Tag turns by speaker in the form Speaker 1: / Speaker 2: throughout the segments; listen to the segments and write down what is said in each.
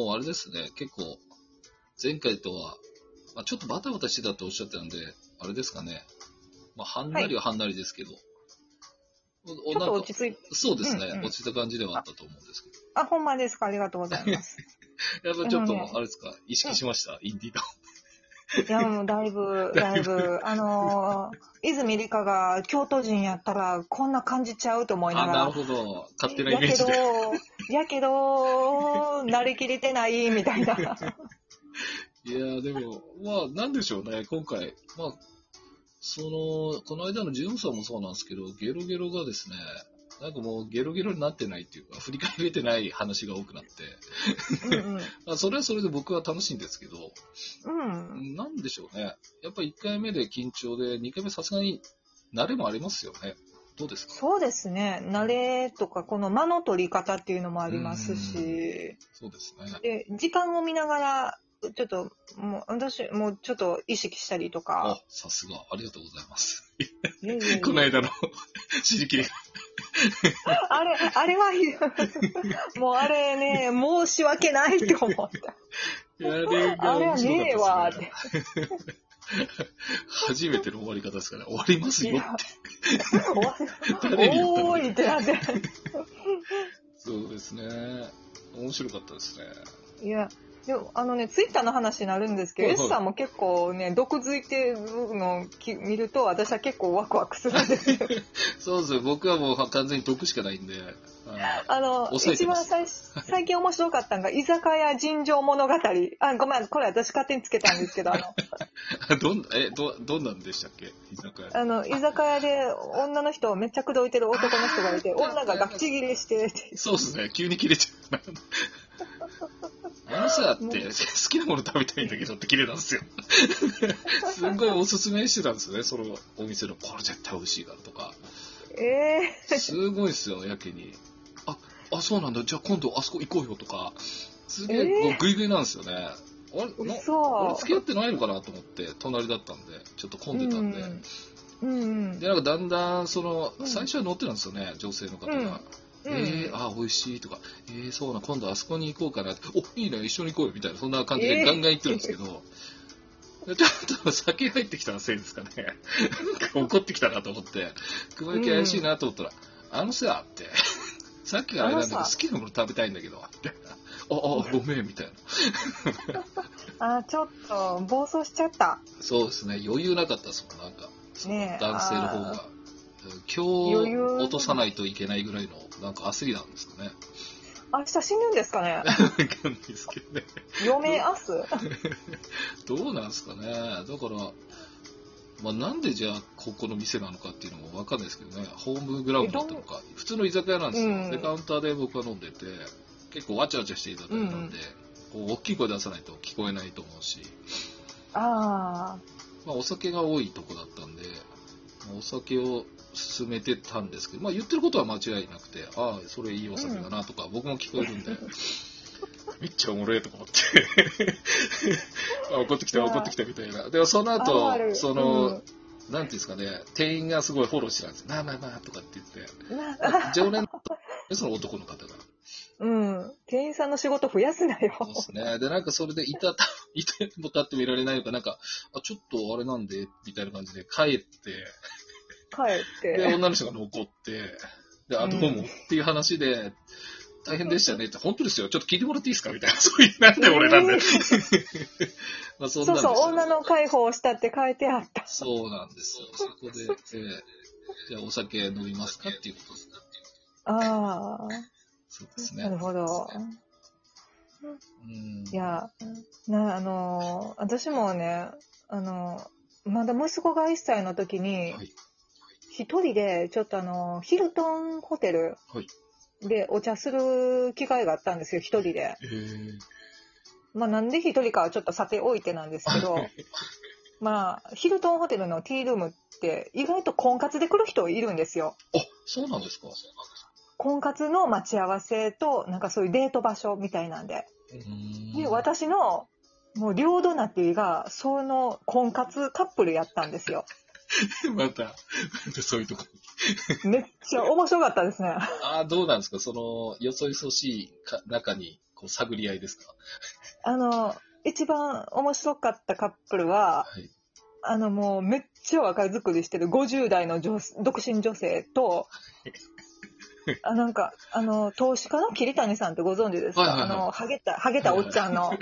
Speaker 1: もあれですね、結構、前回とは、まあ、ちょっとバタバタしてたっておっしゃってたんで、あれですかね、まあ、はんなりははんなりですけど、おお
Speaker 2: ちょっと
Speaker 1: なん
Speaker 2: 落
Speaker 1: か
Speaker 2: ち着い
Speaker 1: そうですね、
Speaker 2: うんうん
Speaker 1: 落ちた感じではあったと思うんですけ
Speaker 2: あ、ほんまですか。ありがとうござい ます。
Speaker 1: ど、やっぱちょっと、
Speaker 2: あのね
Speaker 1: あれですか、意識しました、インディカ。
Speaker 2: いや、もうだいぶ、だいぶ、あのー、泉里香が京都人やったら、こんな感じちゃうと思いな
Speaker 1: あ、
Speaker 2: が
Speaker 1: なる
Speaker 2: ら。
Speaker 1: ほど、勝手なイ
Speaker 2: や
Speaker 1: メー
Speaker 2: け
Speaker 1: ジ
Speaker 2: ど
Speaker 1: で。、
Speaker 2: やけど、なりきれてない、みたいな。
Speaker 1: いやーでも、まあ、なんでしょうね、今回、まあ、その、この間のジュンさんもそうなんですけど、ゲロゲロがですね、なんかもうゲロゲロになってないっていうか、振り返れてない話が多くなって、
Speaker 2: うんうん。
Speaker 1: まあ、それはそれで僕は楽しいんですけど、
Speaker 2: うん。
Speaker 1: なんでしょうね、やっぱ1回目で緊張で、2回目さすがに慣れもありますよね。どうですか
Speaker 2: そうですね。慣れとか、この間の取り方っていうのもありますし、
Speaker 1: そうですね。
Speaker 2: で、時間を見ながら、ちょっと、もう、私、もうちょっと意識したりと
Speaker 1: あ
Speaker 2: か。、
Speaker 1: さすが、ありがとうございます。
Speaker 2: いやいやいや
Speaker 1: この間の 知り切り
Speaker 2: あれ、あれは、 もうあれね、申し訳ないって思った。
Speaker 1: いやあれが
Speaker 2: あれ
Speaker 1: 面
Speaker 2: は
Speaker 1: 白か
Speaker 2: ねえ
Speaker 1: った
Speaker 2: わ
Speaker 1: で
Speaker 2: ー
Speaker 1: す
Speaker 2: っ
Speaker 1: ね
Speaker 2: て。
Speaker 1: 初めての終わり方ですから、終わります
Speaker 2: い
Speaker 1: よ。
Speaker 2: やおわ
Speaker 1: 誰に言ったの
Speaker 2: おーいってなって。
Speaker 1: そうですね。面白かったですね。
Speaker 2: いや、でもあのね、ツイッターの話になるんですけど、
Speaker 1: はい
Speaker 2: S さんも結構ね、毒づいてるのをき見ると、私は結構ワクワクするんですよ。
Speaker 1: そうですね。僕はもう完全に毒しかないんで。はい
Speaker 2: あの、
Speaker 1: 抑えて
Speaker 2: 一
Speaker 1: ま
Speaker 2: 番
Speaker 1: す
Speaker 2: 最最近面白かったのが、居酒屋尋常物語。あ、ごめん、これ私勝手につけたんですけど、あの、
Speaker 1: あどん、え、ど、どんなんでしたっけ居酒屋。
Speaker 2: あの、居酒屋で女の人をめっちゃ口説いてる男の人がいて、女がガッチギレして、
Speaker 1: そうですね。急に切れちゃう。あのさ、って、
Speaker 2: もう
Speaker 1: 好きなもの食べたいんだけどって切れたんですよ。すんごいおすすめしてたんですよね。そのお店の、これ絶対美味しいなとか。
Speaker 2: ええ
Speaker 1: すごいですよ、やけに。あ、あ、そうなんだ。じゃあ今度あそこ行こうよとか。すげえ、
Speaker 2: えー
Speaker 1: こうグイグイなんですよね。あれ、な俺
Speaker 2: 嘘
Speaker 1: 付き合ってないのかなと思って、隣だったんで、ちょっと混んでたんで。
Speaker 2: うんうん
Speaker 1: で、なんかだんだん、その、
Speaker 2: うん
Speaker 1: 最初は乗ってたんですよね、女性の方が。
Speaker 2: うんうん
Speaker 1: えー、あ、美味しいとか、えー、そうなん、今度あそこに行こうかなって、お、いいね、一緒に行こうよ、みたいな、そんな感じで
Speaker 2: えー
Speaker 1: ガンガン行ってるんですけど、でちょっと酒入ってきたせい ですかね。なんか怒ってきたなと思って、雲行き怪しいなと思ったら、あのさ、 って、さっきからあれなんだけ
Speaker 2: あ
Speaker 1: ど、
Speaker 2: の
Speaker 1: 好
Speaker 2: さ
Speaker 1: きなもの食べたいんだけど、みたいな。あ、あ、ごめん、みたいな。
Speaker 2: あちょっと暴走しちゃった
Speaker 1: そうですね、余裕なかったですもん、なんか。その
Speaker 2: ねえ
Speaker 1: 男性の方が。今
Speaker 2: 余
Speaker 1: 日
Speaker 2: 裕
Speaker 1: 落とさないといけないぐらいの、なんか焦りなんです かね。
Speaker 2: 明日死ぬんですか ね
Speaker 1: わかんないですけどね。
Speaker 2: 余命明日
Speaker 1: どうなんですかね。だから、まあ、なんでじゃあ、ここの店なのかっていうのもわかんないですけどね。ホームグラウンドだったのか。普通の居酒屋なんですよ。
Speaker 2: うん
Speaker 1: で、カウンターで僕は飲んでて、結構わちゃわちゃしていただけたんで、こう大きい声出さないと聞こえないと思うし、
Speaker 2: ああ
Speaker 1: まあ、お酒が多いとこだったんで、まあお酒を勧めてたんですけど、まあ、言ってることは間違いなくて、ああ、それいいお酒だなとか、僕も聞こえるんで、 めっちゃおもろいとか思って、 あ怒ってきた、怒ってきたみたいな。でもその後、
Speaker 2: あるある
Speaker 1: その、なんていうんですかね、店員がすごいフォローしてたんですなあなあなあとかって言って、
Speaker 2: うんな
Speaker 1: 常連のその男の方が。
Speaker 2: うん店員さんの仕事増やすなよ
Speaker 1: そうですね。で、なんかそれでいた、いたも立ってもいられないのか、なんか、あ、ちょっとあれなんで、みたいな感じで帰って、
Speaker 2: 帰っ
Speaker 1: で、
Speaker 2: て
Speaker 1: 女の人が残って、で、あ、
Speaker 2: うん
Speaker 1: どうもっていう話で、大変でしたねって、本当ですよ、ちょっと聞いてもらっていいですかみたいな、 そういう、なんで俺なんだよ。 まあ、そんなん
Speaker 2: そう
Speaker 1: です
Speaker 2: そう
Speaker 1: よ
Speaker 2: 女の介抱をしたって書いてあった
Speaker 1: そうなんですよ。そこで、えーじゃあお酒飲みますかっていうことですね。
Speaker 2: あ
Speaker 1: そうです
Speaker 2: あな
Speaker 1: ね
Speaker 2: る。ほど
Speaker 1: うん
Speaker 2: い、やなあのー私もねあのーまだ息子が1歳の時に、
Speaker 1: はい
Speaker 2: 一人でちょっとあのヒルトンホテル
Speaker 1: はい
Speaker 2: でお茶する機会があったんですよ一人で、
Speaker 1: えー、
Speaker 2: まあ、なんで一人かはちょっとさておいてなんですけどまあヒルトンホテルのティールームって意外と婚活で来る人いるんですよ
Speaker 1: あ、そうなんですか。
Speaker 2: 婚活の待ち合わせとなんかそういうデート場所みたいなんで
Speaker 1: うん
Speaker 2: で私のもう両ドナティがその婚活カップルやったんで すよ
Speaker 1: また、 またそういうとこ。
Speaker 2: めっちゃ面白かったですね。
Speaker 1: ああ、どうなんですかその、よそよそしいか中に、こう探り合いですか
Speaker 2: あの、一番面白かったカップルは、
Speaker 1: はい。
Speaker 2: あのもうめっちゃ若作りしてる50代の女独身女性と、あなんか、あの、投資家の桐谷さんってご存知ですか、
Speaker 1: はいはいはい
Speaker 2: あの、ハゲた、ハゲたおっちゃんの、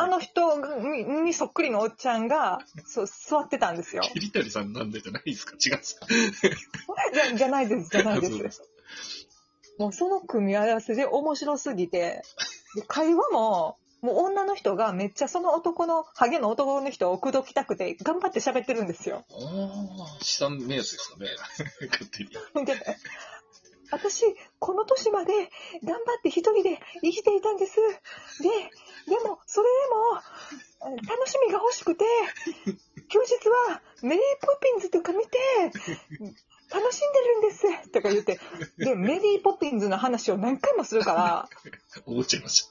Speaker 2: あの人ににそっくりのおっちゃんが、そう、座ってたんですよ。
Speaker 1: 桐谷さんなんでじゃないですか違うんですか
Speaker 2: じゃじゃないです、じゃないで。
Speaker 1: そうです
Speaker 2: もうその組み合わせで面白すぎて、で会話も、もう女の人がめっちゃその男の、ハゲの男の人を口説きたくて、頑張って喋ってるんですよ。
Speaker 1: おー、資産目安ですかね 勝手に。
Speaker 2: で 私、この年まで頑張って一人で生きていたんです。で、でも、それでも、え楽しみが欲しくて、休日はメリーポピンズとか見て、楽しんでるんですとか言って、で、メリーポピンズの話を何回もするから、
Speaker 1: 思っちゃいまし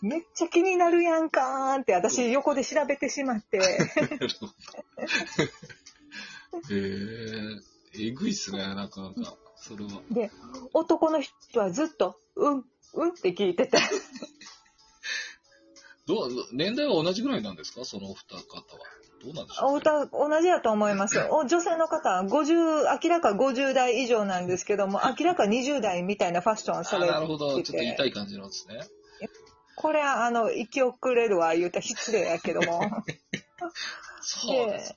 Speaker 2: めっちゃ気になるやんかーんって、私横で調べてしまって、
Speaker 1: た。なるほど えー、えぐいっすね、なかなか。それは。
Speaker 2: で、男の人はずっと、うん、うんって聞いてて、
Speaker 1: どう、年代は同じぐらいなんですかそのお二方は。どうなんでしょう、ね、
Speaker 2: お歌同じだと思 います。お女性の方は50、明らか50代以上なんですけども、明らか20代みたいなファッションをさ
Speaker 1: あ
Speaker 2: れ
Speaker 1: なるほど。ちょってと痛
Speaker 2: て、
Speaker 1: い感じなんですね。
Speaker 2: これは、あの、生き遅れるわ、言うたら失礼やけども。
Speaker 1: そうですね。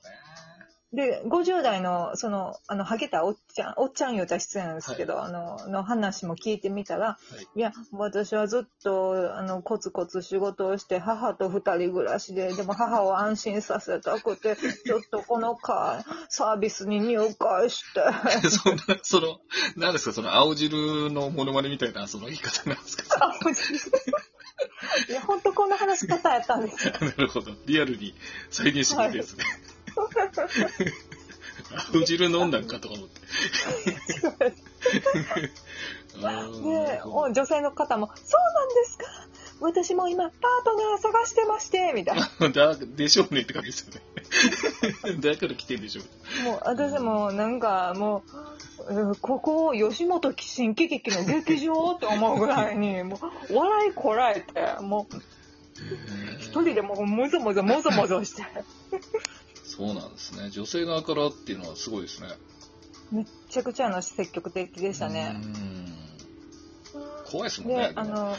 Speaker 2: で、50代の、その、あの、ハゲたおっちゃん、おっちゃん言うたら失礼なんですけど、あの、の話も聞いてみたら、い、や、私はずっと、あの、コツコツ仕事をして、母と二人暮らしで、でも母を安心させたくて、ちょっとこのか、サービスに入会して、
Speaker 1: そんな、その、なんですか、その青汁のモノマネみたいな、その言い方なんですか。
Speaker 2: あもうちょっ といや、本当こんな話し方やった んですよ。
Speaker 1: なるほど。リアルに再現してくれてるんですね。 青汁飲んだんかとか思って。あーな
Speaker 2: で
Speaker 1: る、ほ
Speaker 2: お女性の方も、そうなんですか私も今、パートナー探してまして、みたいな。
Speaker 1: どだでしょうねって感じです よね。だから来てんでしょう。
Speaker 2: もう、私も、なんか、もううん、ここ、吉本新喜劇の劇場って思うぐらい に、もう、笑いこらえて、もう、一人でもう、もぞもぞ、もぞもぞして、
Speaker 1: そうなんですね。女性側からっていうのはすごいですね。
Speaker 2: めっちゃくちゃ、あの、積極的で
Speaker 1: で
Speaker 2: したね。。
Speaker 1: 怖いですもんね
Speaker 2: で。、あの、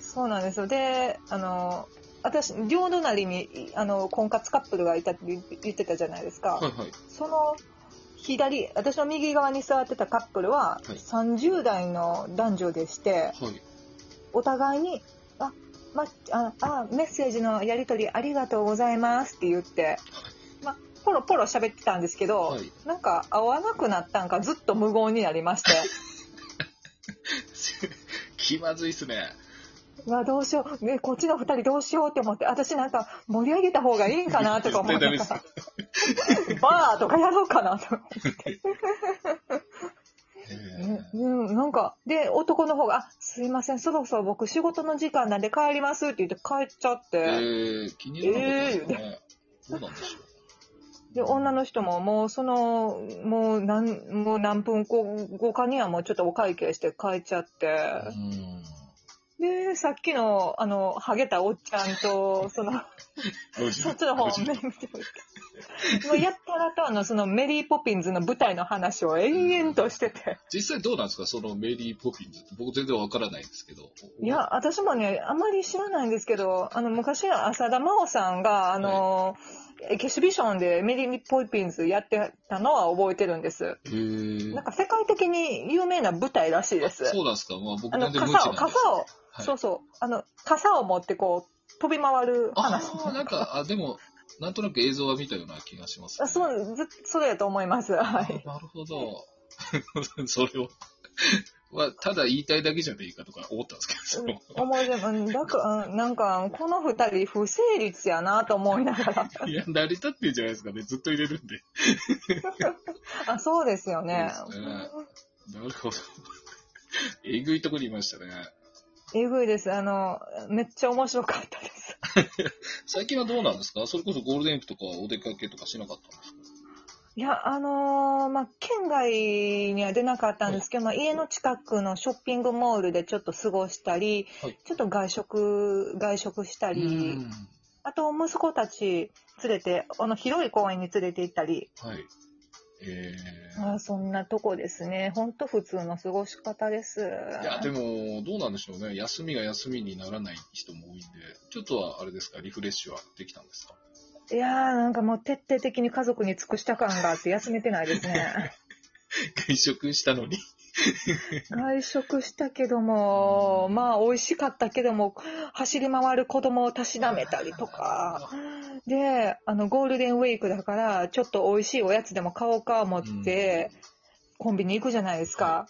Speaker 2: そうなんですよ。で、あの、私、両隣に、いあの、婚活カップルがいたって言言ってたじゃないですか。
Speaker 1: はいはい。
Speaker 2: その、左、私の右側に座ってたカップルは、
Speaker 1: はい
Speaker 2: 30代の男女でして、
Speaker 1: はい。
Speaker 2: お互いに、あ、ま、あ、あメッセージのやり取りありがとうございますって言って、ま、ポロポロ喋ってたんですけど、
Speaker 1: はい
Speaker 2: なんか会わなくなったんかずっと無言になりまして、
Speaker 1: 気まずいっすね。
Speaker 2: うわ、どうしよう、ね、こっちの二人どうしようって思って、私なんか盛り上げた方がいいんかなとか思っ
Speaker 1: 絶
Speaker 2: て
Speaker 1: 対ダメ、です。
Speaker 2: バーとかやろうかなとか。
Speaker 1: へー
Speaker 2: うん、なんか、で、男の方が、あ、すいません、そろそろ僕仕事の時間なんで帰りますって言って帰っちゃって。
Speaker 1: えー、気になることですよね。どうなんでしょう。
Speaker 2: で、女の人ももうその、もう何、もう何分後後かにはもうちょっとお会計して帰っちゃって。
Speaker 1: うん。
Speaker 2: で、さっきの、あの、ハゲたおっちゃんと、その、そっちの 方を目見ておいて。もうやったらと、あの、そのメリーポピンズの舞台の話を延々としてて。
Speaker 1: 実際どうなんですかそのメリー・ポピンズって僕全然わからないんですけど。
Speaker 2: いや、私もね、あまり知らないんですけど、あの、昔、浅田真央さんが、あの、エキシビションでメリーポピンズやってたのは覚えてるんです。
Speaker 1: へー
Speaker 2: なんか世界的に有名な舞台らしいです。
Speaker 1: そうなんですかまあ僕
Speaker 2: あ
Speaker 1: 全
Speaker 2: の、
Speaker 1: 然無知な
Speaker 2: 傘を、
Speaker 1: んです
Speaker 2: 傘を、
Speaker 1: はい
Speaker 2: そうそう、あの、傘を持ってこう、飛び回る
Speaker 1: あ
Speaker 2: 話。
Speaker 1: ーなんか、あ、でも、なんとなく映像は見たような気がします、
Speaker 2: あ
Speaker 1: う、
Speaker 2: そう、ずそれだと思います。はい。
Speaker 1: なるほど。 それを。はただ言いたいだけじゃねえかとか思ったんですけど、
Speaker 2: 思い出も、うんだから、うんなんか、この二人不成立やなと思いなが ら。
Speaker 1: いや、成り立ってるじゃないですかね。ずっと入れるんで。
Speaker 2: あ、そうですよね。
Speaker 1: そうですねなるほど。 えぐいとこにいましたね。
Speaker 2: えぐいです。あの、めっちゃ面白かったです。
Speaker 1: 最近はどうなんですかそれこそゴールデンウィークとかはお出かけとかしなかったんですか
Speaker 2: いや、あのーまあ、県外には出なかったんですけど、まあ、家の近くのショッピングモールでちょっと過ごしたり、
Speaker 1: はい
Speaker 2: ちょっと外食、外食した
Speaker 1: う
Speaker 2: り、
Speaker 1: ん。
Speaker 2: あと息子たち連れて、あの広い公園に連れて行ったり、
Speaker 1: はい。えー。
Speaker 2: あーそんなとこですね。ほんと普通の過ごし方です。
Speaker 1: いや、でも、どうなんでしょうね。休みが休みにならない人も多いんで、ちょっとは、あれですか、リフレッシュはできたんです か
Speaker 2: いやー、なんかもう徹底的に家族に尽くした感があって休めてないです ね。
Speaker 1: 外食したのに。
Speaker 2: 外食したけども、まあ美味しかったけども、走り回る子供をたしなめたりとか。で、あの、ゴールデンウィークだから、ちょっと美味しいおやつでも買おうか思って、コンビニ行くじゃないですか。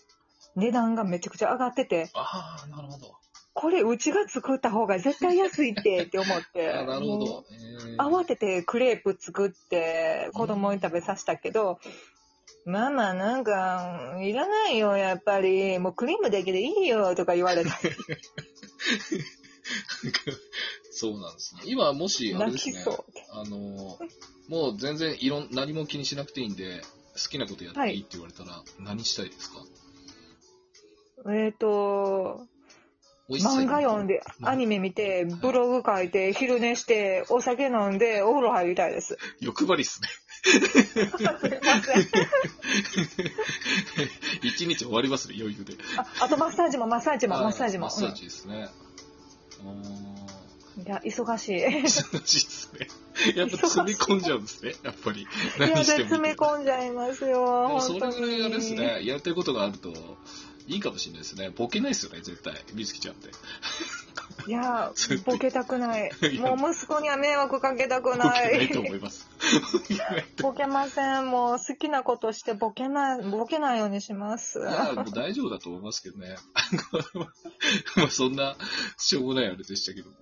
Speaker 2: 値段がめちゃくちゃ上がってて、
Speaker 1: ああ、なるほど。
Speaker 2: これうちが作った方が絶対安いってって思って。
Speaker 1: あーなるほ
Speaker 2: もう
Speaker 1: ど。えー
Speaker 2: 慌ててクレープ作って子供に食べさせたけど、ママなんか、いらないよ、やっぱり。もうクリームだけでいいよ、とか言われた。
Speaker 1: そうなんですね。今、もし、あれです
Speaker 2: 泣き
Speaker 1: ね、
Speaker 2: そ
Speaker 1: あの、もう全然いろん、何も気にしなくていいんで、好きなことやっていいって言われたら、何したいですか
Speaker 2: う。えっ、と、
Speaker 1: おいしさ
Speaker 2: 漫画読んで、アニメ見て、ブログ書いて、昼寝して、お酒飲んで、お風呂入りたいです。
Speaker 1: 欲張りっすね。
Speaker 2: すいません
Speaker 1: 一日終わりますね、余裕で。
Speaker 2: ああとマッサージもマッサージも
Speaker 1: あー
Speaker 2: マッサージも。
Speaker 1: マッサージですね。あー
Speaker 2: うんいや、忙し い。
Speaker 1: 忙しいですね。やっぱ詰め込んじゃうんですね、やっぱり。
Speaker 2: いや、
Speaker 1: 何しても
Speaker 2: 詰め込んじゃいますよ。
Speaker 1: でもそれ
Speaker 2: 本当
Speaker 1: ぐらいあ
Speaker 2: に
Speaker 1: れですね、やってることがあると、いいかもしれないですね。ボケないですよね、絶対。みずきちゃんって。
Speaker 2: いや
Speaker 1: ずっ、と
Speaker 2: ボケたくない
Speaker 1: い。や
Speaker 2: もう息子には迷惑かけたく
Speaker 1: ボケ
Speaker 2: な
Speaker 1: ないと
Speaker 2: い。
Speaker 1: 思い ます。
Speaker 2: ボケません。もう好きなことしてボケない、ボケないように します。
Speaker 1: いや、も う大丈夫だと思いますけどね。まあそんな、しょうもないあれでしたけども。